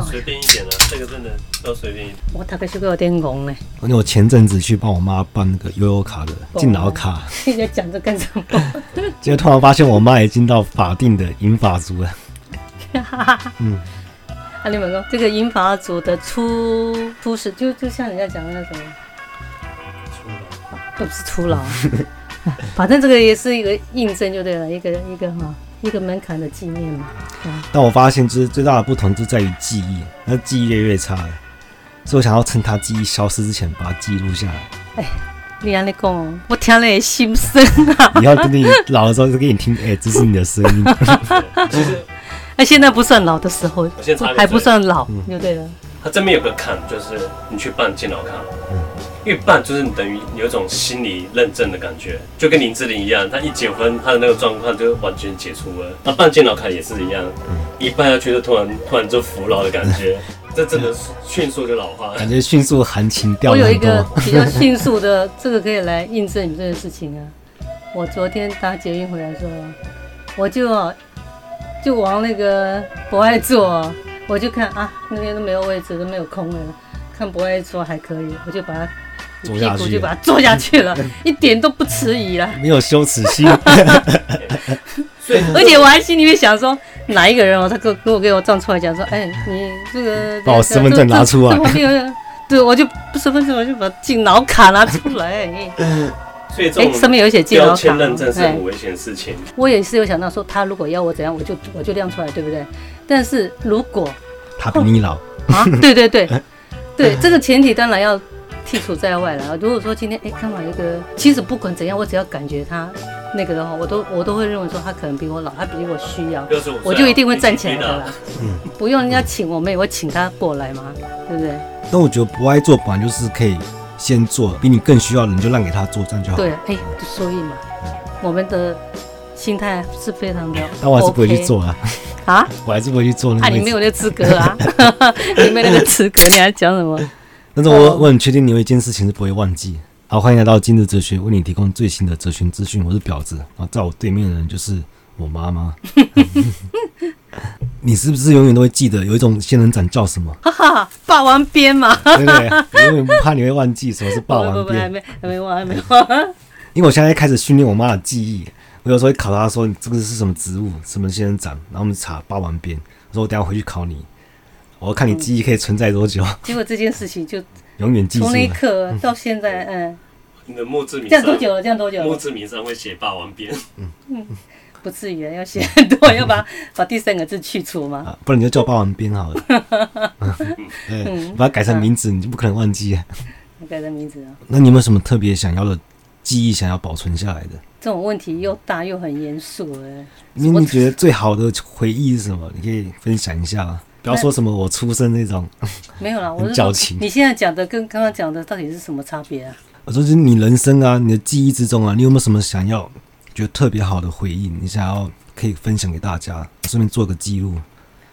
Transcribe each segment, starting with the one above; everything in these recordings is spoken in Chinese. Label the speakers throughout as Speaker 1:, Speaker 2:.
Speaker 1: 随便一点的、啊这个真的都随便一点。
Speaker 2: 我大概是有点懵呢。
Speaker 3: 因为我前阵子去帮我妈办那个悠悠卡的
Speaker 2: 哦
Speaker 3: 敬老卡，
Speaker 2: 你在讲这干什么？
Speaker 3: 结果突然发现我妈已经到法定的银发族了。
Speaker 2: 啊，你们说这个英法组的初初始，就就像人家讲的那什么，都不是初老，哎反正这个也是一个印证就对了，一个一个哈。一个门槛的纪念嘛，
Speaker 3: 但我发现就是最大的不同就在于记忆，那记忆越来越差了，所以我想要趁她记忆消失之前把它记录下来。
Speaker 2: 你安尼讲哦，我听了也心酸 啊！
Speaker 3: 以后等你老的时候就给你听，哎、这是你的声音。
Speaker 1: 其实
Speaker 2: 哎，现在不算老的时候
Speaker 1: 我先插个，嘴
Speaker 2: 还不算老，就对了。
Speaker 1: 它这边有个坎，就是你去办敬老卡，因为办就是你等于有一种心理认证的感觉，就跟林志玲一样，她一结婚，她的那个状况就完全解除了。那办敬老卡也是一样，一办下去就突然突然就服老的感觉，这真的是迅速就老化。
Speaker 3: 感觉迅速含情掉
Speaker 2: 我
Speaker 3: 了
Speaker 2: 有一
Speaker 3: 很
Speaker 2: 个
Speaker 3: 多。
Speaker 2: 比较迅速的， 这个可以来印证你这件事情啊。我昨天搭捷运回来的时候，我就啊就往那个博爱座啊，我就看啊那边都没有位置，都没有空了，看博爱座还可以，我就把它一
Speaker 3: 坐
Speaker 2: 屁
Speaker 3: 下
Speaker 2: 股
Speaker 3: 去
Speaker 2: 就把它坐下去 了，一点都不迟疑了。
Speaker 3: 没有羞耻心，
Speaker 1: 所以
Speaker 2: 而且我还心里面想说，哪一个人哦，他给给我给我站出来讲说，哎，你这个
Speaker 3: 把我身份证拿出来
Speaker 2: 这这这这这对，我就身份证我就把敬老卡拿出来。哎，
Speaker 1: 所以这
Speaker 2: 上
Speaker 1: 种
Speaker 2: 面有写敬老
Speaker 1: 标签，
Speaker 2: 卡
Speaker 1: 认证是
Speaker 2: 哎
Speaker 1: 很危险的事情。
Speaker 2: 我也是有想到说，他如果要我怎样，我就我就亮出来，对不对？但是如果
Speaker 3: 他比你老，
Speaker 2: 啊，对对对，对这个前提当然要剔除在外了。如果说今天哎，刚好一个，其实不管怎样，我只要感觉他那个的话，我都我都会认为说他可能比我老，他比我需要。
Speaker 1: 六十五岁啊，
Speaker 2: 我就一定会站起来的
Speaker 1: 你
Speaker 2: 啦。
Speaker 3: 嗯
Speaker 2: 不用人家请我们，也会请他过来嘛，对不对？
Speaker 3: 但我觉得不爱做本来就是可以先做，比你更需要的人就让给他做，这样就好。
Speaker 2: 对，哎，所以嘛，我们的心态是非常的 OK。
Speaker 3: 但我还是不会去做啊，
Speaker 2: 啊！
Speaker 3: 我还是不会去做那
Speaker 2: 啊，
Speaker 3: 个
Speaker 2: 你
Speaker 3: 位
Speaker 2: 没
Speaker 3: 置。
Speaker 2: 有那资格 啊， 你没有那个资格，你还讲什么？
Speaker 3: 但是我
Speaker 2: 哦
Speaker 3: 我很确定你有一件事情是不会忘记。好，欢迎来到今日哲学，为你提供最新的哲学资讯。我是婊子啊，在我对面的人就是我妈妈。 你是不是永远都会记得有一种仙人掌叫什 么？
Speaker 2: 哈哈，霸王鞭嘛！
Speaker 3: 对不对？我永远不怕你会忘记什么是霸
Speaker 2: 不
Speaker 3: 王
Speaker 2: 不不，还
Speaker 3: 鞭。
Speaker 2: 没还没忘，还没 忘。
Speaker 3: 因为我现在开始训练我妈的记忆，我有时候会考她说你这个是什么植物，什么仙人掌，然后我们查霸王鞭。我说我等一下回去考你，我要看你记忆可以存在多久，
Speaker 2: 结果这件事情就
Speaker 3: 永远记住
Speaker 2: 从
Speaker 3: 了。
Speaker 2: 那一刻到现在，嗯，
Speaker 1: 你的墓志铭
Speaker 2: 这
Speaker 1: 上
Speaker 2: 样多久了？这样多久
Speaker 1: 墓
Speaker 2: 了？
Speaker 1: 志铭上会写霸王鞭，
Speaker 2: 不至于啊，要写很多，要把把第三个字去除嘛。
Speaker 3: 啊，不然你就叫霸王鞭 好了。嗯对，把它改成名字，你就不可能忘记。
Speaker 2: 改成名字啊。
Speaker 3: 那你有没有什么特别想要的记忆，想要保存下来的？
Speaker 2: 这种问题又大又很严肃哎。
Speaker 3: 你你觉得最好的回忆是什么？你可以分享一下啊，不要说什么我出生那种。
Speaker 2: 没有啦，我
Speaker 3: 很
Speaker 2: 是
Speaker 3: 矫
Speaker 2: 说
Speaker 3: 情
Speaker 2: 你现在讲的跟刚刚讲的到底是什么差别啊？
Speaker 3: 我说就是你人生啊，你的记忆之中啊，你有没有什么想要觉得特别好的回忆？你想要可以分享给大家，顺便做个记录。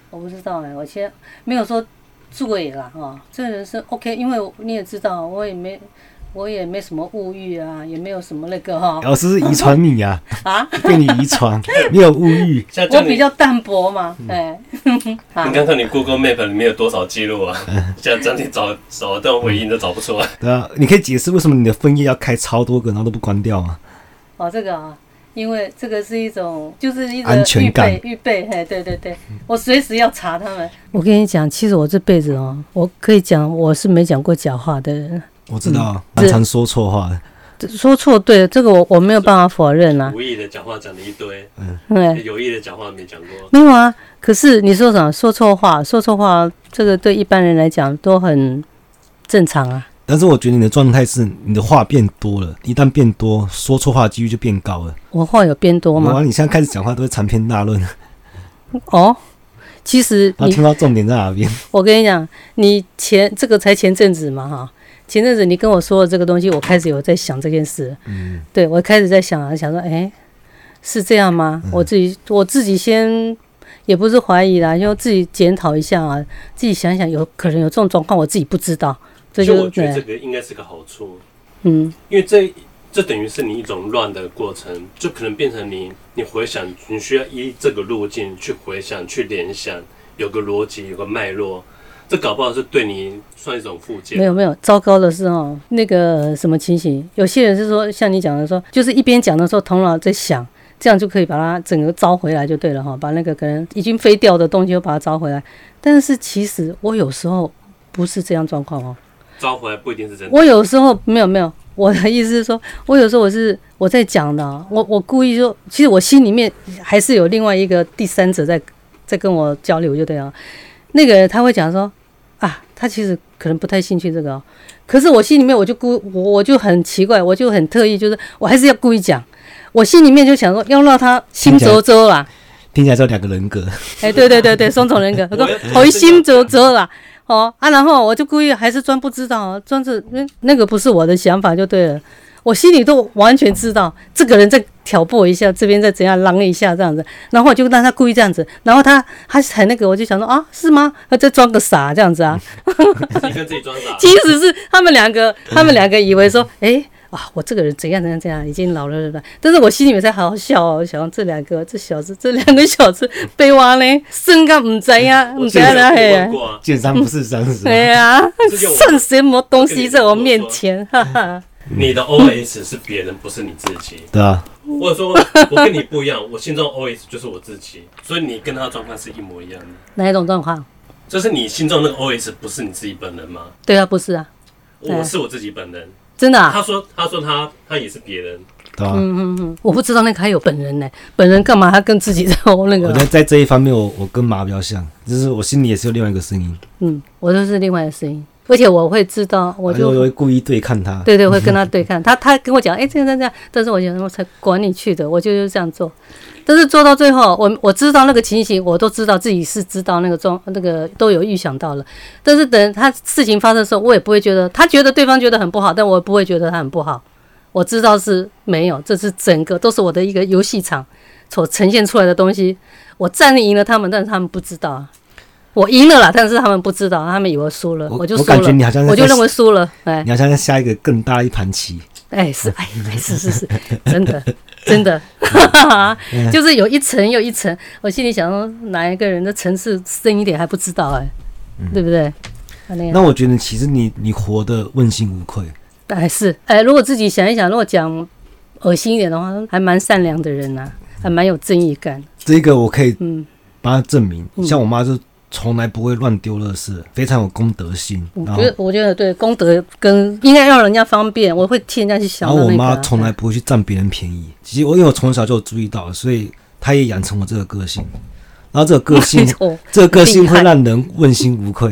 Speaker 2: 我不知道哎、我现在没有说醉啦哈、哦，这个人是 OK，因为你也知道，我也没我也没什么物欲啊，也没有什么那个哈、
Speaker 3: 老师是遗传你 啊，
Speaker 2: 啊，
Speaker 3: 被你遗传，没有物欲。
Speaker 1: 像
Speaker 2: 我比较淡薄嘛，
Speaker 3: 嗯
Speaker 2: 哎、好
Speaker 1: 你看看你 Google Map 里面有多少记录啊？ 这样这样你找找得到回音都找不出来。
Speaker 3: 对啊，你可以解释为什么你的分页要开超多个，然后都不关掉啊？
Speaker 2: 哦，这个啊，因为这个是一种，就是一个
Speaker 3: 安全
Speaker 2: 预
Speaker 3: 感嗯
Speaker 2: 备预备，嘿，对对对，我随时要查他们。我跟你讲，其实我这辈子哦，我可以讲我是没讲过假话的人，
Speaker 3: 我知道，
Speaker 2: 嗯
Speaker 3: 蛮常说错话的。
Speaker 2: 说错对，这个我我没有办法否认啊，
Speaker 1: 无意的讲话讲了一堆，
Speaker 2: 对，
Speaker 1: 有意的讲话没讲过。
Speaker 2: 没有啊。可是你说什么说错话，说错话，这个对一般人来讲都很正常啊。
Speaker 3: 但是我觉得你的状态是你的话变多了，一旦变多，说错话的几率就变高了。
Speaker 2: 我话有变多
Speaker 3: 然
Speaker 2: 吗
Speaker 3: 后？你现在开始讲话都会长篇大论，然
Speaker 1: 啊
Speaker 2: 哦，其实
Speaker 3: 后
Speaker 2: 你
Speaker 3: 听到重点在哪 边，
Speaker 2: 我跟你讲，你前这个才前阵子嘛哈，前阵子你跟我说的这个东西，我开始有在想这件事。嗯，对我开始在想啊，想说，哎，是这样吗？
Speaker 1: 嗯
Speaker 2: 我自己我自己先也不是怀疑啦，因为自己检讨一下啊，自己想想有可能有这种状况，我自己不知道，这
Speaker 1: 其实
Speaker 2: 就
Speaker 1: 我觉得这
Speaker 2: 对，
Speaker 1: 个应该是个好处，
Speaker 2: 嗯，
Speaker 1: 因为这这等于是你一种乱的过程，就可能变成你你回想，你需要依这个路径去回想、去联想，有个逻辑、有个脉络。这搞不好是对你算一种附
Speaker 2: 没
Speaker 1: 件。
Speaker 2: 有没有，糟糕的是哦，那个什么情形？有些人是说，像你讲的说，就是一边讲的时候头脑在想，这样就可以把它整个招回来就对了哈、把那个可能已经飞掉的东西又把它招回来。但是其实我有时候不是这样状况哦，
Speaker 1: 招回来不一定是真的。
Speaker 2: 我有时候没有没有，我的意思是说，我有时候我是我在讲的啊，我我故意说，其实我心里面还是有另外一个第三者在在跟我交流，就对啊。那个人他会讲说啊，他其实可能不太兴趣这个、哦，可是我心里面我就故我我就很奇怪，我就很特意，就是我还是要故意讲，我心里面就想说要让他心啊灼灼啦，
Speaker 3: 听起来只有两个人格，
Speaker 2: 哎，对对 对对，双重人格，我说
Speaker 1: 我也
Speaker 2: 回心折折啦。哦啊，然后我就故意还是装不知道啊，装着那那个不是我的想法就对了，我心里都完全知道这个人在挑拨一下，这边在怎样啷一下这样子，然后我就让他故意这样子，然后他他很那个，我就想说啊，是吗？他在装个傻这样子啊，
Speaker 1: 自己跟自己装傻。
Speaker 2: 即使是他们两个，他们两个以为说，诶，啊，我这个人怎样怎样怎样，已经老了了，但是我心里面在好好笑哦，我想这两个这小子，这两个小子被挖呢，生个唔知呀，唔
Speaker 1: 我
Speaker 2: 知
Speaker 1: 记得
Speaker 2: 呀哪
Speaker 1: 我
Speaker 2: 嘿
Speaker 1: 问
Speaker 2: 啊，
Speaker 1: 过啊，
Speaker 3: 见伤不是伤是吧
Speaker 2: 哎呀
Speaker 1: 这，就我
Speaker 2: 算什么东西在我面前？哈哈，
Speaker 1: 你的 OS 是别人，不是你自己。
Speaker 3: 对啊，
Speaker 1: 或者 说，我跟你不一样，我心中 OS 就是我自己，所以你跟他的状况是一模一样的。
Speaker 2: 哪一种状况？
Speaker 1: 就是你心中那个 OS 不是你自己本人吗？
Speaker 2: 对啊，不是啊，
Speaker 1: 我是我自己本人。
Speaker 2: 真的啊，
Speaker 1: 他说，他说他他也是别人，
Speaker 3: 对啊。
Speaker 2: 嗯我不知道那个还有本人呢，本人干嘛还跟自己在我那个
Speaker 3: 我
Speaker 2: 啊
Speaker 3: 觉？得在这一方面我，我跟马比较像，就是我心里也是有另外一个声音，
Speaker 2: 嗯，我就是另外的声音，而且我会知道，我
Speaker 3: 哎我
Speaker 2: 就
Speaker 1: 哎
Speaker 3: 就会故意对抗他。
Speaker 2: 对对，会跟他对看。他他跟我讲，哎、这样这样这样，但是我想我才管你去的，我就是这样做。但是做到最后，我我知道那个情形，我都知道自己是知道那个状，那个都有预想到了。但是等他事情发生的时候，我也不会觉得他觉得对方觉得很不好，但我不会觉得他很不好。我知道是没有，这是整个都是我的一个游戏场所呈现出来的东西。我战胜赢了他们，但是他们不知道啊。我赢了啦，但是他们不知道，他们以为我输了，
Speaker 3: 我
Speaker 2: 就
Speaker 3: 我
Speaker 2: 输
Speaker 3: 感觉
Speaker 2: 了，
Speaker 3: 你好像是
Speaker 2: 我就
Speaker 3: 在
Speaker 2: 认为输了，哎。
Speaker 3: 你好像在下一个更大的一盘棋，
Speaker 2: 哎，是，哎，哎是是是，真的，真的， 就是有一层又一层。我心里想说，哪一个人的层次深一点还不知道哎、对不对？那样
Speaker 3: 嗯那我觉得其实你你活得问心无愧，
Speaker 2: 哎是哎，如果自己想一想，如果讲恶心一点的话，还蛮善良的人呐、还蛮有正义感。
Speaker 3: 这个我可以
Speaker 2: 嗯，
Speaker 3: 帮他证明。像我妈就从来不会乱丢垃圾，非常有公德心。
Speaker 2: 我
Speaker 3: 然后
Speaker 2: 觉得我觉得对功德跟应该让人家方便，我会替人家去想
Speaker 3: 然后
Speaker 2: 的
Speaker 3: 我
Speaker 2: 那个啊、，
Speaker 3: 妈从来不会去占别人便宜。其实我因为我从小就有注意到，所以她也养成我这个个性。然后这个个性
Speaker 2: 哦，
Speaker 3: 这个个性
Speaker 2: 厉
Speaker 3: 会
Speaker 2: 害
Speaker 3: 让人问心无 愧。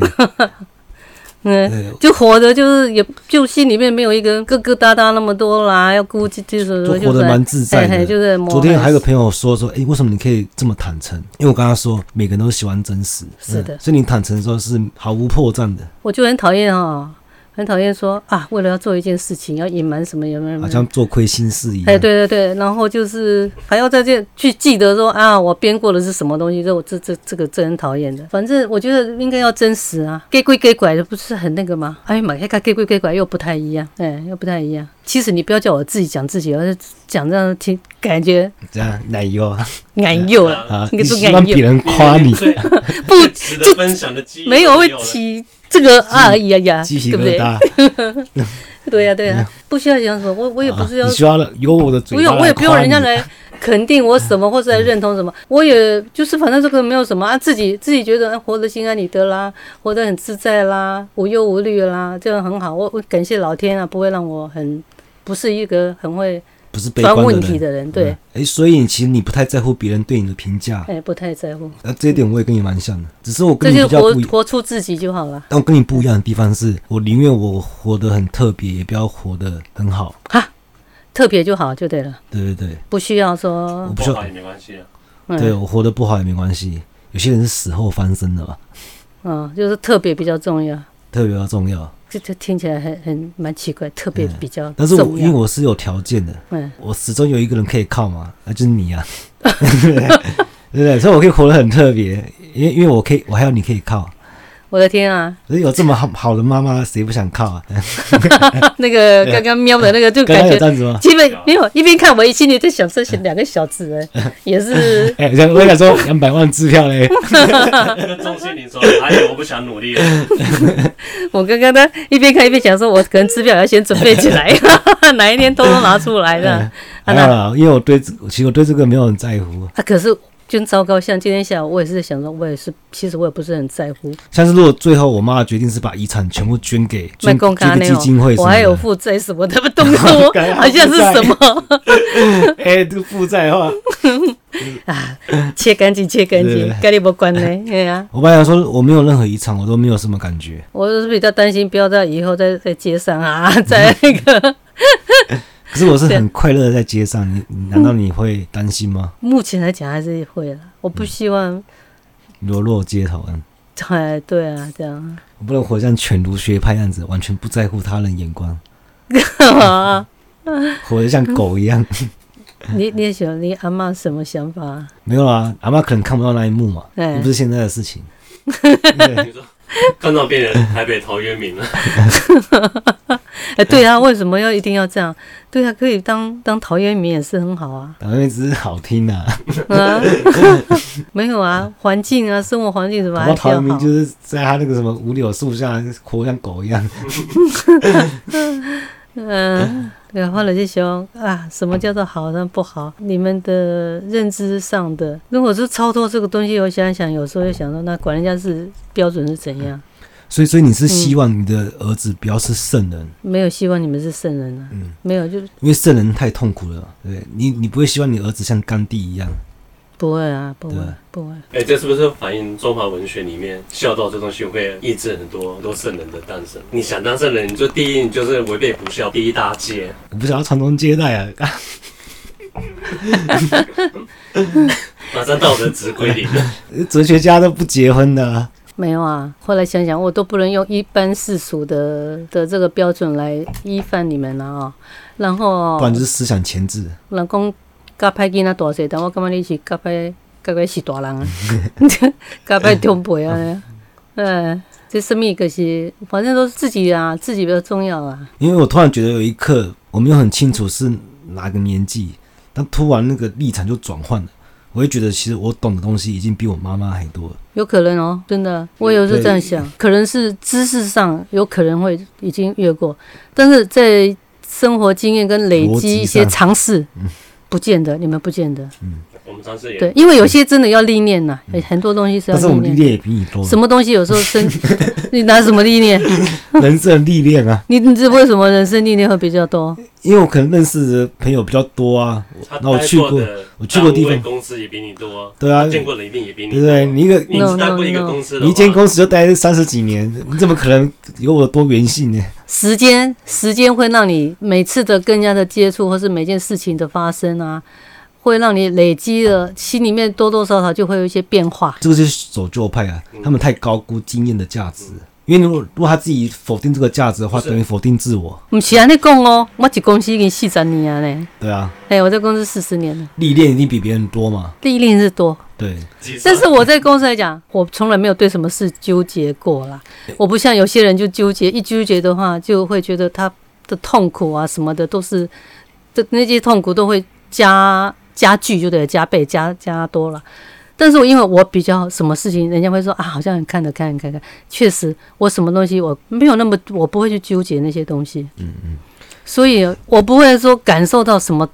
Speaker 2: 嗯，
Speaker 3: 对，
Speaker 2: 就活的，就是也就心里面没有一个疙疙瘩瘩那么多啦，要估计就是
Speaker 3: 就
Speaker 2: 就
Speaker 3: 活
Speaker 2: 是
Speaker 3: 得蛮自在
Speaker 2: 嘿
Speaker 3: 的。
Speaker 2: 嘿，就是磨
Speaker 3: 昨天还有个
Speaker 2: 合
Speaker 3: 朋友说说，诶，为什么你可以这么坦诚？因为我跟他说，每个人都喜欢真实，
Speaker 2: 是的
Speaker 3: 所以你坦诚的时候是毫无破绽的，
Speaker 2: 我就很讨厌啊，很讨厌说啊，为了要做一件事情要隐瞒什么有没有？有没
Speaker 3: 好
Speaker 2: 有
Speaker 3: 像啊做亏心事一样。
Speaker 2: 嗯哎，对对对，然后就是还要在这去记得说啊，我编过的是什么东西，这我这这这个真很讨厌的。反正我觉得应该要真实啊，给归给拐的不是很那个吗？哎呀妈呀，给归给拐又不太一样，哎，又不太一样。其实你不要叫我自己讲自己，而是讲这样听，感觉
Speaker 3: 这样奶油啊，
Speaker 2: 俺又了。
Speaker 3: 啊
Speaker 2: 你
Speaker 3: 你
Speaker 2: 给做
Speaker 3: 希望
Speaker 2: 奶油
Speaker 3: 别人夸 你，
Speaker 1: 最
Speaker 2: 不
Speaker 1: 值得分享的记忆
Speaker 2: 没有会
Speaker 1: 了
Speaker 2: 起这个啊呀呀，
Speaker 3: 鸡皮
Speaker 2: 对不
Speaker 3: 疙
Speaker 2: 对？
Speaker 3: 瘩。
Speaker 2: 对呀对呀，不需要讲什么，我我也不
Speaker 3: 嗯啊
Speaker 2: 是要
Speaker 3: 你，需要了有我的嘴
Speaker 2: 不
Speaker 3: 巴
Speaker 2: 用
Speaker 3: 来夸你，
Speaker 2: 我也不用人家来肯定我什
Speaker 3: 嗯
Speaker 2: 么或是来认同什么，我也就是反正这个没有什么啊，自己自己觉得啊活得心安理得啦，活得很自在啦，无忧无虑啦，这样很好。我我感谢老天啊，不会让我很不是一个很会
Speaker 3: 不是悲
Speaker 2: 钻
Speaker 3: 观
Speaker 2: 问题
Speaker 3: 人。
Speaker 2: 的人，对，
Speaker 3: 哎，所以其实你不太在乎别人对你的评价，
Speaker 2: 哎，不太在乎，
Speaker 3: 那这一点我也跟你蛮像的，只是我
Speaker 2: 这
Speaker 3: 跟你
Speaker 2: 就
Speaker 3: 比较
Speaker 2: 活
Speaker 3: 不一
Speaker 2: 活出自己就好了。
Speaker 3: 但我跟你不一样的地方是，我宁愿我活得很特别，也不要活得很好。
Speaker 2: 哈，特别就好就对了，
Speaker 3: 对对对，
Speaker 2: 不需要说
Speaker 3: 我不需
Speaker 1: 不
Speaker 3: 要
Speaker 1: 好也没关 系啊。
Speaker 2: 嗯
Speaker 3: 对我活得不好也没关系，有些人是死后翻身的嘛，
Speaker 2: 嗯，就是特别比较重要。
Speaker 3: 特别要重要。
Speaker 2: 这这听起来很很蛮奇怪，特别比较重要。
Speaker 3: 嗯但是我因为我是有条件的，
Speaker 2: 嗯，
Speaker 3: 我始终有一个人可以靠嘛，那就是 你啊，对不对？所以我可以活得很特别，因为因为我可以，我还有你可以靠。
Speaker 2: 我的天啊，
Speaker 3: 可是有这么好好的妈妈，谁不想靠啊？
Speaker 2: 那个刚刚喵的那个就
Speaker 3: 啊刚
Speaker 2: 感
Speaker 3: 刚有
Speaker 2: 觉
Speaker 3: 这样子吗？啊
Speaker 2: 基本没有一边看，我一心里在想这些两个小子人也是
Speaker 3: 哎、我想我想说两百万支 票嘞，
Speaker 1: 跟钟欣凌说：“哎呀，我不想努力了，
Speaker 2: 我刚刚呢一边看一边想说，我可能支票要先准备起来， 哪一天偷偷拿出来的。啊
Speaker 3: 还好啦，因为我对这其实我对这个没有很在乎。
Speaker 2: 啊，可是真糟糕，像今天下午我也是在想说，我也是其实我也不是很在乎，
Speaker 3: 像是如果最后我妈的决定是把遗产全部捐给
Speaker 2: 卖
Speaker 3: 捐
Speaker 2: 公
Speaker 3: 捐
Speaker 2: 咖
Speaker 3: 给
Speaker 2: 那
Speaker 3: 基金会什
Speaker 2: 我
Speaker 3: 么
Speaker 2: 还有
Speaker 3: 的，
Speaker 2: 负债什么的，不动作
Speaker 3: 干
Speaker 2: 好像是什么
Speaker 3: 哎、这个负债的话，
Speaker 2: 啊，切干净切干
Speaker 3: 对
Speaker 2: 净，该你不管呢， 哎呀、
Speaker 3: 我本来想说我没有任何遗产，我都没有什么感觉。
Speaker 2: 我是比较担心，不要在以后在在街上 啊，在那个
Speaker 3: 可是我是很快乐的在街上，你你难道你会担心吗？
Speaker 2: 目前来讲还是会了，我不希望，
Speaker 3: 裸露街头，嗯，
Speaker 2: 哎，对啊，这样，
Speaker 3: 我不能活像犬儒学派那样子，完全不在乎他人 眼光，活得像狗一样。
Speaker 2: 你你也喜欢你阿妈什么想法啊？
Speaker 3: 没有啊，阿妈可能看不到那一幕嘛，
Speaker 2: 哎
Speaker 3: 又不是现在的事情。
Speaker 1: 看到变成台北陶渊明了。
Speaker 2: 哎，对 啊，为什么要一定要这样？对啊，可以当当陶渊明也是很好啊，
Speaker 3: 因为只是好听啊，
Speaker 2: 啊， 没有啊，环境啊，生活环境什么
Speaker 3: 然
Speaker 2: 还
Speaker 3: 后
Speaker 2: 比
Speaker 3: 陶
Speaker 2: 较
Speaker 3: 渊明
Speaker 2: 好
Speaker 3: 就。是在他那个什么五柳树下活像狗一样，哎
Speaker 2: 嗯，对啊，后来就想啊，什么叫做好呢？不好，你们的认知上的，如果是超脱这个东西，我想一想，有时候又想说，那管人家是标准是怎样，
Speaker 3: 所以所以你
Speaker 2: 嗯
Speaker 3: 是希望你的儿子不要是圣人，
Speaker 2: 没有希望你们是圣人啊，
Speaker 3: 嗯
Speaker 2: 没有就
Speaker 3: 因为圣人太痛苦了，对不对你你不会希望你儿子像甘地一样，
Speaker 2: 不会啊，不会
Speaker 3: 对啊，
Speaker 2: 不会。
Speaker 1: 哎、这是不是反映中华文学里面孝道这东西会抑制很多很多圣人的诞生？你想当圣人，你就第一你就是违背不孝，第一大戒。
Speaker 3: 我不想要传宗接代啊，
Speaker 1: 马上道德值归 零了。
Speaker 3: 哲学家都不结婚的、啊，
Speaker 2: 没有啊，后来想想，我都不能用一般世俗的的这个标准来依范你们了啊、然后哦
Speaker 3: 不然就是思想前置。
Speaker 2: 人讲教歹囡仔大细，但我感觉你是教歹教歹是大人 啊， 教歹长辈啊，哎，这生命就是反正都是自己啊，自己比较重要啊。
Speaker 3: 因为我突然觉得有一刻我没有很清楚是哪个年纪，但突然那个立场就转换了，我会觉得其实我懂的东西已经比我妈妈还多了。
Speaker 2: 有可能哦，真的，我有时候这样想，可能是知识上有可能会已经越过，但是在生活经验跟累
Speaker 3: 逻辑
Speaker 2: 积
Speaker 3: 上
Speaker 2: 一些尝试， 不见得，你们不见得，
Speaker 1: 我们上次也
Speaker 2: 对，因为有些真的要历练呐，哎很多东西是要
Speaker 3: 但是我
Speaker 2: 历
Speaker 3: 们历
Speaker 2: 练。
Speaker 3: 练也比你多，
Speaker 2: 什么东西有时候生， 你拿什么历练？
Speaker 3: 人生历练啊？
Speaker 2: 你你这为什么人生历练会比较多？
Speaker 3: 因为我可能认识的朋友比较多啊，
Speaker 1: 他
Speaker 3: 那我
Speaker 1: 待
Speaker 3: 去过
Speaker 1: 的
Speaker 3: 我去过地方
Speaker 1: 单位公司也比你多，
Speaker 3: 对啊，
Speaker 1: 他见
Speaker 3: 对
Speaker 1: 过的一定也比你
Speaker 3: 不
Speaker 1: 多。
Speaker 3: 对？你一个
Speaker 1: 你
Speaker 2: No,
Speaker 1: 只待过
Speaker 2: no,
Speaker 1: 一个
Speaker 2: no
Speaker 1: 公司的话，
Speaker 3: 你一间公司就待三十几年，你怎么可能有我多元性呢？
Speaker 2: 时间时间会让你每次的跟人家的接触，或是每件事情的发生啊，会让你累积了心里面多多少少就会有一些变化。
Speaker 3: 这个就是守旧派啊，
Speaker 1: 嗯
Speaker 3: 他们太高估经验的价值。因为如果如果他自己否定这个价值的话，
Speaker 1: 不是
Speaker 3: 等于否定自我，
Speaker 2: 我们其他那讲哦，我一公司已经四十年了嘞，
Speaker 3: 对啊，
Speaker 2: 哎，我在公司四十年了，
Speaker 3: 历练一定比别人多嘛，
Speaker 2: 历练是多，
Speaker 3: 对。
Speaker 1: 几次
Speaker 2: 但是我在公司来讲，我从来没有对什么事纠结过啦。我不像有些人就纠结，一纠结的话就会觉得他的痛苦啊什么的都是，这那些痛苦都会加加剧，就得加倍加加多了。但是我因为我比较什么事情，人家会说啊，好像很看得看看看，确实我什么东西我没有那么，我不会去纠结那些东西。嗯嗯。所以我不会说感受到什么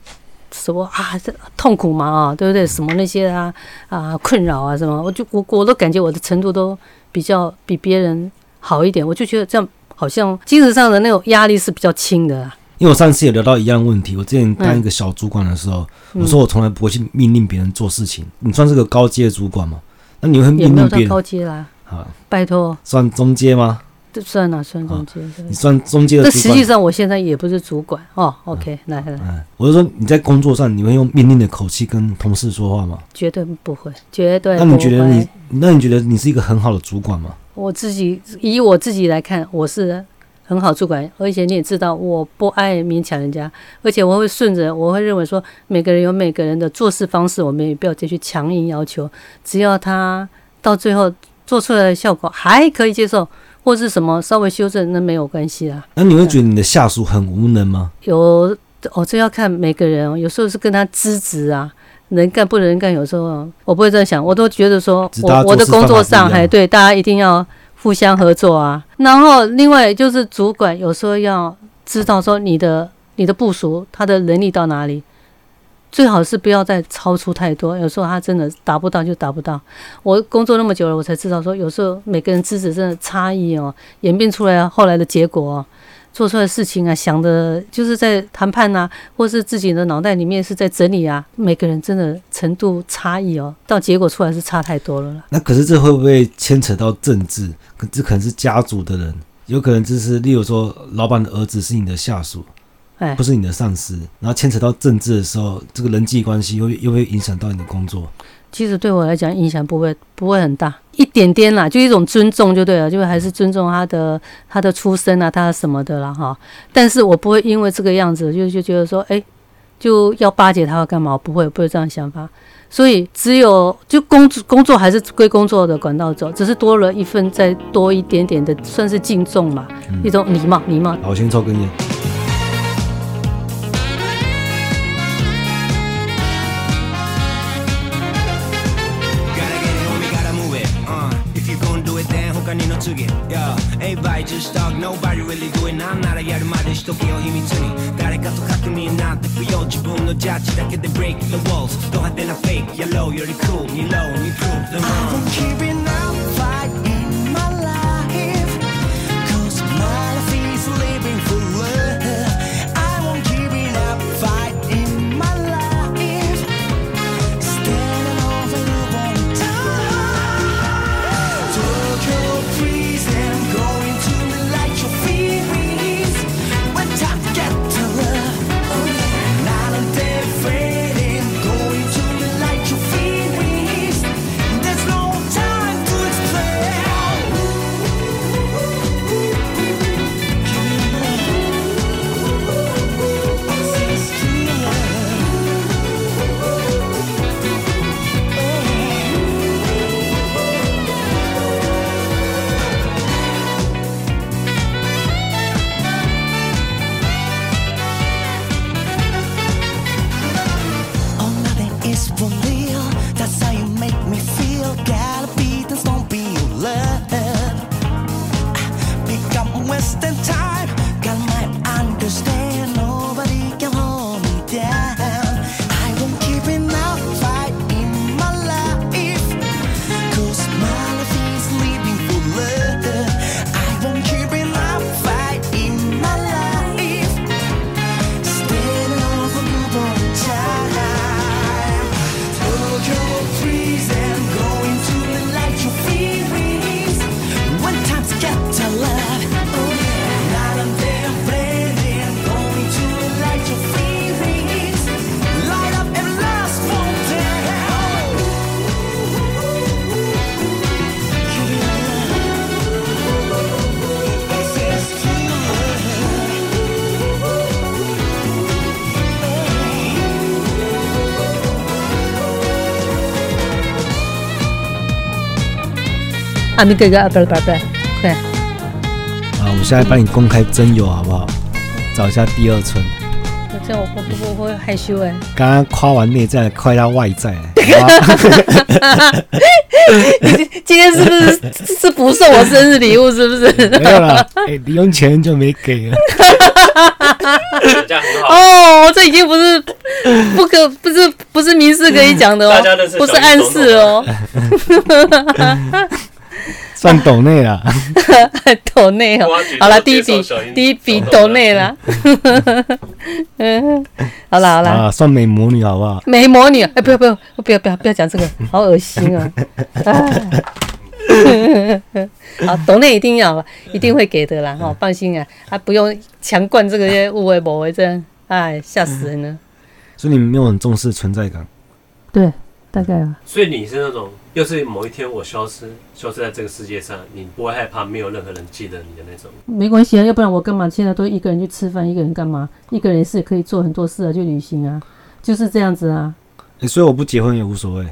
Speaker 2: 什么啊这痛苦嘛啊，对不对？什么那些啊啊困扰啊什么，我就我我都感觉我的程度都比较比别人好一点，我就觉得这样好像精神上的那种压力是比较轻的啊。
Speaker 3: 因为我上次也聊到一样问题，我之前当一个小主管的时候，
Speaker 2: 嗯
Speaker 3: 我说我从来不会去命令别人做事情。你算是个高阶主管嘛？那你会
Speaker 2: 也
Speaker 3: 命
Speaker 2: 没有
Speaker 3: 令
Speaker 2: 到
Speaker 3: 别人
Speaker 2: 高阶啦，
Speaker 3: 啊？
Speaker 2: 拜托，
Speaker 3: 算中阶吗？
Speaker 2: 这算了算中阶。对
Speaker 3: 你算中阶的
Speaker 2: 但
Speaker 3: 主
Speaker 2: 实际
Speaker 3: 管？
Speaker 2: 上我现在也不是主管哦。OK，来来，
Speaker 3: 嗯，我就说你在工作上你会用命令的口气跟同事说话吗？
Speaker 2: 绝对不会，绝对
Speaker 3: 那
Speaker 2: 不
Speaker 3: 你觉得
Speaker 2: 会
Speaker 3: 你。，那你觉得你是一个很好的主管吗？
Speaker 2: 我自己以我自己来看，我是很好主管，而且你也知道，我不爱勉强人家，而且我会顺着，我会认为说每个人有每个人的做事方式，我们也不要再去强硬要求，只要他到最后做出来的效果还可以接受，或是什么稍微修正，那没有关系啦。
Speaker 3: 那你会觉得你的下属很无能吗？
Speaker 2: 有哦，这要看每个人哦，有时候是跟他资质啊，能干不能干，有时候我不会这样想，我都觉得说
Speaker 3: 只大家
Speaker 2: 我我的
Speaker 3: 做事
Speaker 2: 工作
Speaker 3: 方法
Speaker 2: 上
Speaker 3: 不一样
Speaker 2: 还对大家一定要互相合作啊。然后另外就是主管有时候要知道说你的你的部署他的能力到哪里。最好是不要再超出太多，有时候他真的达不到就达不到。我工作那么久了，我才知道说，有时候每个人资质真的差异哦，演变出来后来的结果、哦，做出来的事情啊，想的就是在谈判呐、或是自己的脑袋里面是在整理啊，每个人真的程度差异哦，到结果出来是差太多了啦。
Speaker 3: 那可是这会不会牵扯到政治？可这可能是家族的人，有可能就是例如说，老板的儿子是你的下属，
Speaker 2: 哎
Speaker 3: 不，是你的上司，然后牵扯到政治的时候，这个人际关系又又会影响到你的工作。
Speaker 2: 其实对我来讲影响不会不会很大，一点点啦，就一种尊重就对了，就还是尊重他的他的出身啊，他什么的啦哈。但是我不会因为这个样子就就觉得说，哎、就要巴结他要干嘛？我不会，不会有这样想法。所以只有就工作工作还是归工作的管道走，只是多了一份再多一点点的算是敬重嘛，一种礼貌礼貌。
Speaker 3: 好，我先抽根烟。
Speaker 4: Gotta get it, homie, gotta move it. Uh, if you gon' do it, then who can you not to get? Yeah, everybody just talk, nobody really do it. なんならやるまでしとけよ、秘密に。誰かと確認なんて不要、自分のジャッジだけで break the walls。ド派手な fake、やろうより cool、に low、に prove the wrong。
Speaker 5: I've been keeping up fight in my life Cause my life is living for love I won't giving up fight in my life Standing over one time Tokyo freeze and going to me like your feelings When time get to love Not a day fading going to me like your feelings There's no time to explain Oh. Oh, nothing is for real. That's how you make me feel. Gotta be this, don't be your love. Pick up wasting time. Got my understand. Nobody can hold me down. I won't give enough fight in my life. Cause my life is living for love. I won't give enough fight in my life. Standing over newborn child. Tokyo freeze and going to the light you feelings. When times get to love. Not I'm there playing, going to the light you feelings. Light up every last one
Speaker 2: 阿明哥哥，啊不是不是不是，对，
Speaker 3: 啊，我现在帮你公开真友好不好？找一下第二春。
Speaker 2: 这样我会不会害羞哎、
Speaker 3: 刚刚夸完内在，夸一下外在。啊
Speaker 2: 今天是不是是不送我生日礼物？是不是？
Speaker 3: 没有啦，哎、零用钱很久没给了。
Speaker 1: 大家很好，
Speaker 2: 哦，这已经不是不可不是不是明示可以讲的哦
Speaker 1: 大家认识，
Speaker 2: 不是暗示哦，
Speaker 3: 算抖内啦，
Speaker 2: 抖内哦
Speaker 1: 挖掘。
Speaker 2: 好了，
Speaker 1: 多
Speaker 2: 第一
Speaker 1: 接受
Speaker 2: 笔
Speaker 1: 小英
Speaker 2: 第一笔
Speaker 1: 小抖
Speaker 2: 抖内啦。 嗯，好啦好啦，
Speaker 3: 啊，算美魔女好不好？
Speaker 2: 美魔女，哎，不要不要不要不要不要讲这个，好恶心啊！ 哎好，抖内一定要，一定会给的啦，哦，放心啊，啊，不用强灌这个些误会、某为真，哎，吓死人了。
Speaker 3: 所以你没有很重视存在感。
Speaker 2: 对，大概啊吧。
Speaker 1: 所以你是那种，要是某一天我消失，消失在这个世界上，你不会害怕没有任何人记得你的那种。
Speaker 2: 没关系啊，要不然我干嘛？现在都一个人去吃饭，一个人干嘛？一个人也是可以做很多事啊，去旅行啊，就是这样子啊，
Speaker 3: 哎欸所以我不结婚也无所谓。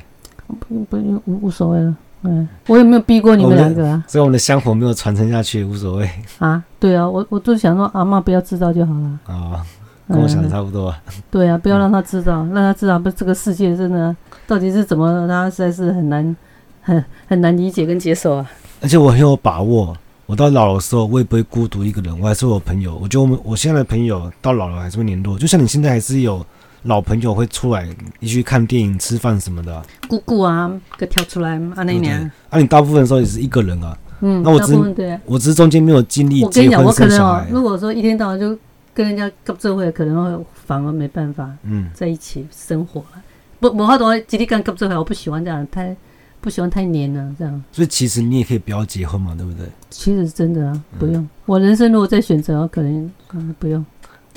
Speaker 2: 不不无无所谓了。嗯，我有没有逼过你们两个啊？
Speaker 3: 所以我们的香火没有传承下去也无所谓
Speaker 2: 啊，对啊，我我都想说阿妈不要知道就好了。
Speaker 3: 啊，跟我想的
Speaker 2: 嗯
Speaker 3: 差不多啊。
Speaker 2: 对啊，不要让他知道，让他知道不是这个世界真的到底是怎么，他实在是很难很很难理解跟接受啊。
Speaker 3: 而且我很有把握，我到老的时候我也不会孤独一个人，我还是我朋友。我觉得我们我现在的朋友到老了还是会联络，就像你现在还是有老朋友会出来一起去看电影、吃饭什么的啊、
Speaker 2: 姑姑啊，给跳出来啊那
Speaker 3: 对不对
Speaker 2: 年，？
Speaker 3: 啊，你大部分的时候也是一个人啊，
Speaker 2: 嗯，
Speaker 3: 那我
Speaker 2: 大
Speaker 3: 只
Speaker 2: 部分对啊。
Speaker 3: 我只是中间没有经历
Speaker 2: 我跟
Speaker 3: 结
Speaker 2: 你讲，我
Speaker 3: 婚
Speaker 2: 可
Speaker 3: 生
Speaker 2: 能
Speaker 3: 小
Speaker 2: 哦
Speaker 3: 孩，。
Speaker 2: 如果说一天到晚就跟人家搞这会，可能会反而没办法
Speaker 3: 嗯，
Speaker 2: 在一起生活了。不，我好多集体干搞这会，我不喜欢这样，太不喜欢太黏了这样。
Speaker 3: 所以其实你也可以不要结婚嘛，对不对？
Speaker 2: 其实真的啊，不用。我人生如果再选择，可能嗯不用。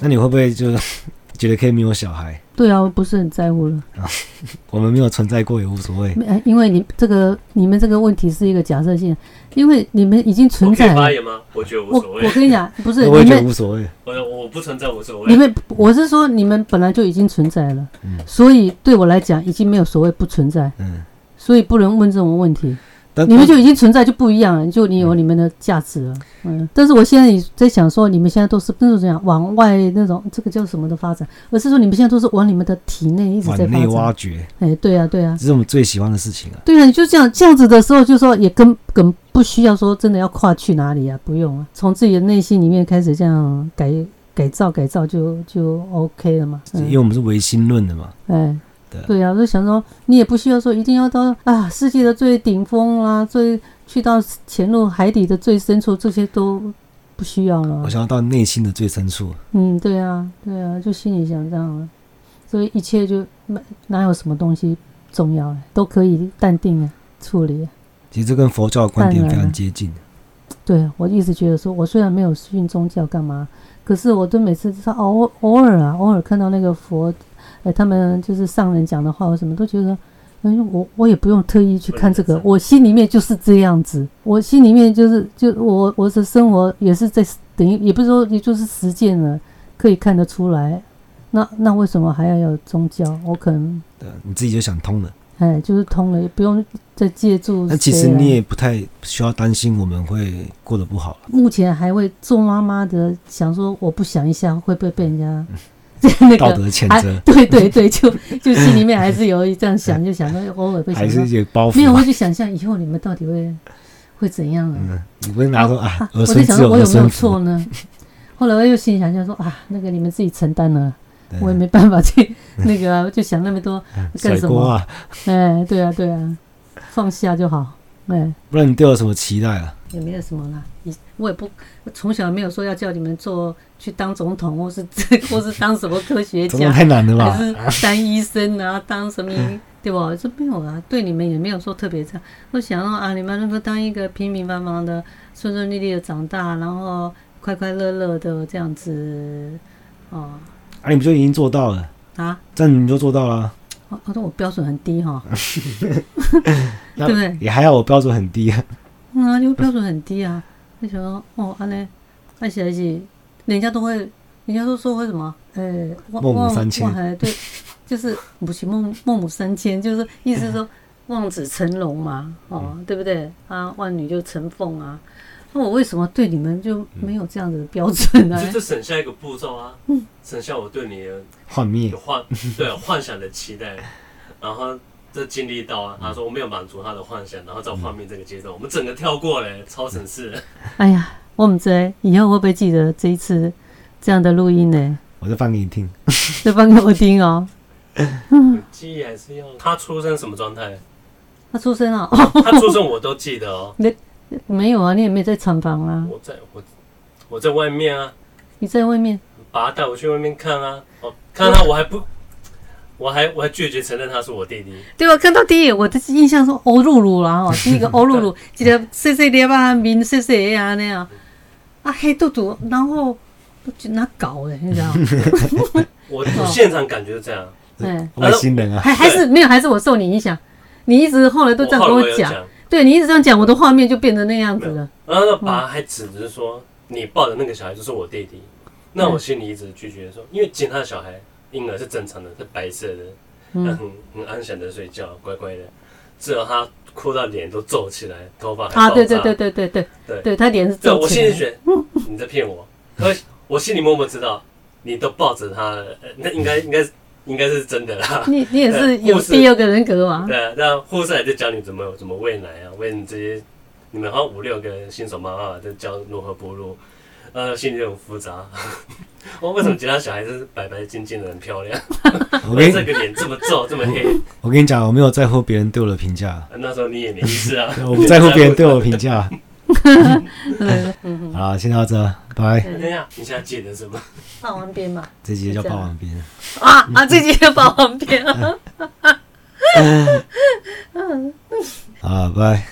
Speaker 3: 那你会不会就觉得可以没有小孩？
Speaker 2: 对啊，我不是很在乎了。
Speaker 3: 我们没有存在过也无所谓。
Speaker 2: 没，呃因为你这个你们这个问题是一个假设性，啊因为你们已经
Speaker 1: 我
Speaker 2: 存
Speaker 1: 可以
Speaker 2: 在
Speaker 1: 发
Speaker 2: 了。
Speaker 1: 言吗？我觉得无
Speaker 2: 我
Speaker 1: 所
Speaker 2: 我
Speaker 1: 谓，
Speaker 2: 跟你讲，不是
Speaker 3: 我也
Speaker 2: 你
Speaker 3: 觉得
Speaker 2: 们
Speaker 3: 无所谓。
Speaker 1: 我我不存在无所
Speaker 2: 你
Speaker 1: 谓。
Speaker 2: 们，我是说你们本来就已经存在了，
Speaker 3: 嗯
Speaker 2: 所以对我来讲已经没有所谓不存在，
Speaker 3: 嗯，
Speaker 2: 所以不能问这种问题。
Speaker 3: 但
Speaker 2: 你们就已经存在就不一样了，就你有你们的价值了。嗯，但是我现在也在想说，你们现在都是不是这样往外那种这个叫什么的发展，而是说你们现在都是往你们的体内一直
Speaker 3: 往
Speaker 2: 在发
Speaker 3: 内挖
Speaker 2: 展。
Speaker 3: 掘，
Speaker 2: 哎，对啊，对啊。
Speaker 3: 这是我们最喜欢的事情啊。
Speaker 2: 对啊，你就这样这样子的时候，就说也根本不需要说真的要跨去哪里啊，不用啊，从自己的内心里面开始这样改改造改造就就 OK 了嘛。
Speaker 3: 因
Speaker 2: 嗯
Speaker 3: 为，我们是唯心论的嘛。
Speaker 2: 哎
Speaker 3: 对，
Speaker 2: 对啊，我就想说，你也不需要说一定要到啊世界的最顶峰啦、最去到潜入海底的最深处，这些都不需要了
Speaker 3: 我。想要到内心的最深处，
Speaker 2: 嗯，对啊，对啊，就心里想这样了，所以一切就哪哪有什么东西重要了，都可以淡定的处理啊。
Speaker 3: 其实这跟佛教的观点
Speaker 2: 当
Speaker 3: 非
Speaker 2: 然
Speaker 3: 常
Speaker 2: 了
Speaker 3: 接近。
Speaker 2: 对我一直觉得说，我虽然没有信宗教干嘛，可是我都每次就是偶偶尔啊，偶尔看到那个佛，哎，他们就是上人讲的话，我什么都觉得，嗯，我我也不用特意去看这个，我心里面就是这样子，我心里面就是就我我的生活也是在等于也不是说也就是实践了，可以看得出来。那那为什么还要有宗教？我可能
Speaker 3: 对，啊你自己就想通了。
Speaker 2: 哎，就是通了，也不用再借助谁来。啊
Speaker 3: 那其实你也不太需要担心我们会过得不好。
Speaker 2: 目前还会做妈妈的，想说我不想一下会不会被人 家那
Speaker 3: 道
Speaker 2: 个啊
Speaker 3: 德谴
Speaker 2: 还
Speaker 3: 责
Speaker 2: 对对对，就就心里面还是有一这样想，就想说偶尔会
Speaker 3: 还
Speaker 2: 想
Speaker 3: 是
Speaker 2: 说，
Speaker 3: 有包
Speaker 2: 没有
Speaker 3: 袱啊。
Speaker 2: 会去想象以后你们到底会会怎样啊？
Speaker 3: 嗯，你不会拿说啊，儿
Speaker 2: 我
Speaker 3: 孙
Speaker 2: 在想
Speaker 3: 自有
Speaker 2: 说我
Speaker 3: 儿
Speaker 2: 有没有
Speaker 3: 孙福。
Speaker 2: 错呢？ 后来我又心里想想说啊，那个你们自己承担了，
Speaker 3: 对嗯
Speaker 2: 我也没办法去 那个啊，就想那么多干
Speaker 3: 甩
Speaker 2: 什
Speaker 3: 锅
Speaker 2: 么？
Speaker 3: 啊，
Speaker 2: 哎，对啊对啊，放下就好，哎。
Speaker 3: 不然你对我有什么期待啊？
Speaker 2: 也没有什么啦，以我也不我从小没有说要叫你们做去当总统，或是 或是当什么科学
Speaker 3: 真的
Speaker 2: 家，
Speaker 3: 太难了吧？
Speaker 2: 还是当医生啊，当什么对吧？这没有啊，对你们也没有说特别这样。我想到啊，你们能够当一个平平凡凡的、顺顺利利的长大，然后快快乐乐的这样子，哦
Speaker 3: 啊，你不就已经做到了？
Speaker 2: 啊，
Speaker 3: 这样你就做到了啊，
Speaker 2: 我我说我标准很低哈，
Speaker 3: 那
Speaker 2: 对不对
Speaker 3: 也还好，我标准很低 啊。
Speaker 2: 嗯啊，就标准很低啊。那想说哦，安尼，爱写是，人家都会，人家都说会什么？呃、忘
Speaker 3: 孟母
Speaker 2: 忘
Speaker 3: 三迁
Speaker 2: 忘哎对，就是不是孟孟母三迁，就是意思是 说望子成龙嘛，哦，
Speaker 3: 嗯
Speaker 2: 对不对？啊，万女就成凤啊。那我为什么对你们就
Speaker 3: 嗯
Speaker 2: 没有这样子的标准 呢、
Speaker 1: 就这省下一个步骤啊，
Speaker 2: 嗯
Speaker 1: 省下我对你的
Speaker 3: 幻灭
Speaker 1: 有，幻对有幻想的期待，然后这经历到啊，他说我没有满足他的幻想，然后到幻灭这个阶段，我们整个跳过嘞，超省事。
Speaker 2: 哎呀，我们这以后会不会记得这一次这样的录音呢？
Speaker 3: 我就放给你听。
Speaker 2: 就放给我听哦。
Speaker 1: 我记忆还是要他出生什么状态？
Speaker 2: 他出生啊、哦，
Speaker 1: 他出生我都记得哦，
Speaker 2: 没有啊，你也没有在产房啊，
Speaker 1: 我在我我在外面啊，
Speaker 2: 你在外面。
Speaker 1: 把他带我去外面看啊，哦，看他我还不。我还我还拒绝承认他是我弟弟，
Speaker 2: 对吧？看到第一，我的印象是欧露露啦，吼，第一个欧露 露，一个细细粒啊，面细细的啊那样，啊黑嘟嘟，然后就那搞的，你知道 吗？
Speaker 1: 我我现场感觉是这样，
Speaker 2: 哎，
Speaker 3: 外星人 啊，
Speaker 2: 还还是没有，还是我受你影响，你一直后来都这样
Speaker 1: 后
Speaker 2: 跟
Speaker 1: 来
Speaker 2: 我
Speaker 1: 哦有
Speaker 2: 讲，，对你一直这样讲，我的画面就变成那样子了。
Speaker 1: 然后那
Speaker 2: 嗯
Speaker 1: 爸还指着说：“你抱的那个小孩就是我弟弟。”那
Speaker 2: 嗯
Speaker 1: 我心里一直拒绝说，因为捡他的小孩婴儿是正常的，是白色的，他
Speaker 2: 嗯，
Speaker 1: 很很安详的睡觉，乖乖的。只有他哭到脸都皱起来，头发还
Speaker 2: 啊，
Speaker 1: 爆
Speaker 2: 对对
Speaker 1: 炸
Speaker 2: 对对对对
Speaker 1: 对
Speaker 2: 对，他脸是
Speaker 1: 对，
Speaker 2: 皱
Speaker 1: 我
Speaker 2: 起
Speaker 1: 心里
Speaker 2: 来嗯的，
Speaker 1: 觉得你在骗我，可是我心里默默知道你都抱着他了，呃那应该应该应该是真的啦。
Speaker 2: 你你也是
Speaker 1: 对
Speaker 2: 有
Speaker 1: 护士
Speaker 2: 第二个人格嘛？
Speaker 1: 对啊，那护士还在教你怎么怎么喂奶啊，喂你这些你们好像五六个新手妈妈在教如何哺乳，呃，心里就很复杂。 我为什么其他小孩子白白净净的很漂亮，
Speaker 3: 我
Speaker 1: 而
Speaker 3: 跟
Speaker 1: 这
Speaker 3: 你
Speaker 1: 个脸这么皱这么黑？
Speaker 3: 我跟你讲，我没有在乎别人对我的评价，啊
Speaker 1: 那时候你也没意思啊，
Speaker 3: 我 不在乎别人对我的评价。
Speaker 2: 对，
Speaker 3: 好啦，先到这，拜。
Speaker 1: 等一下，哎你现在记得什么？
Speaker 2: 霸王边嘛，
Speaker 3: 这集就叫霸王别人。
Speaker 2: 啊啊，这集就霸王边啊。
Speaker 3: 好啦，拜。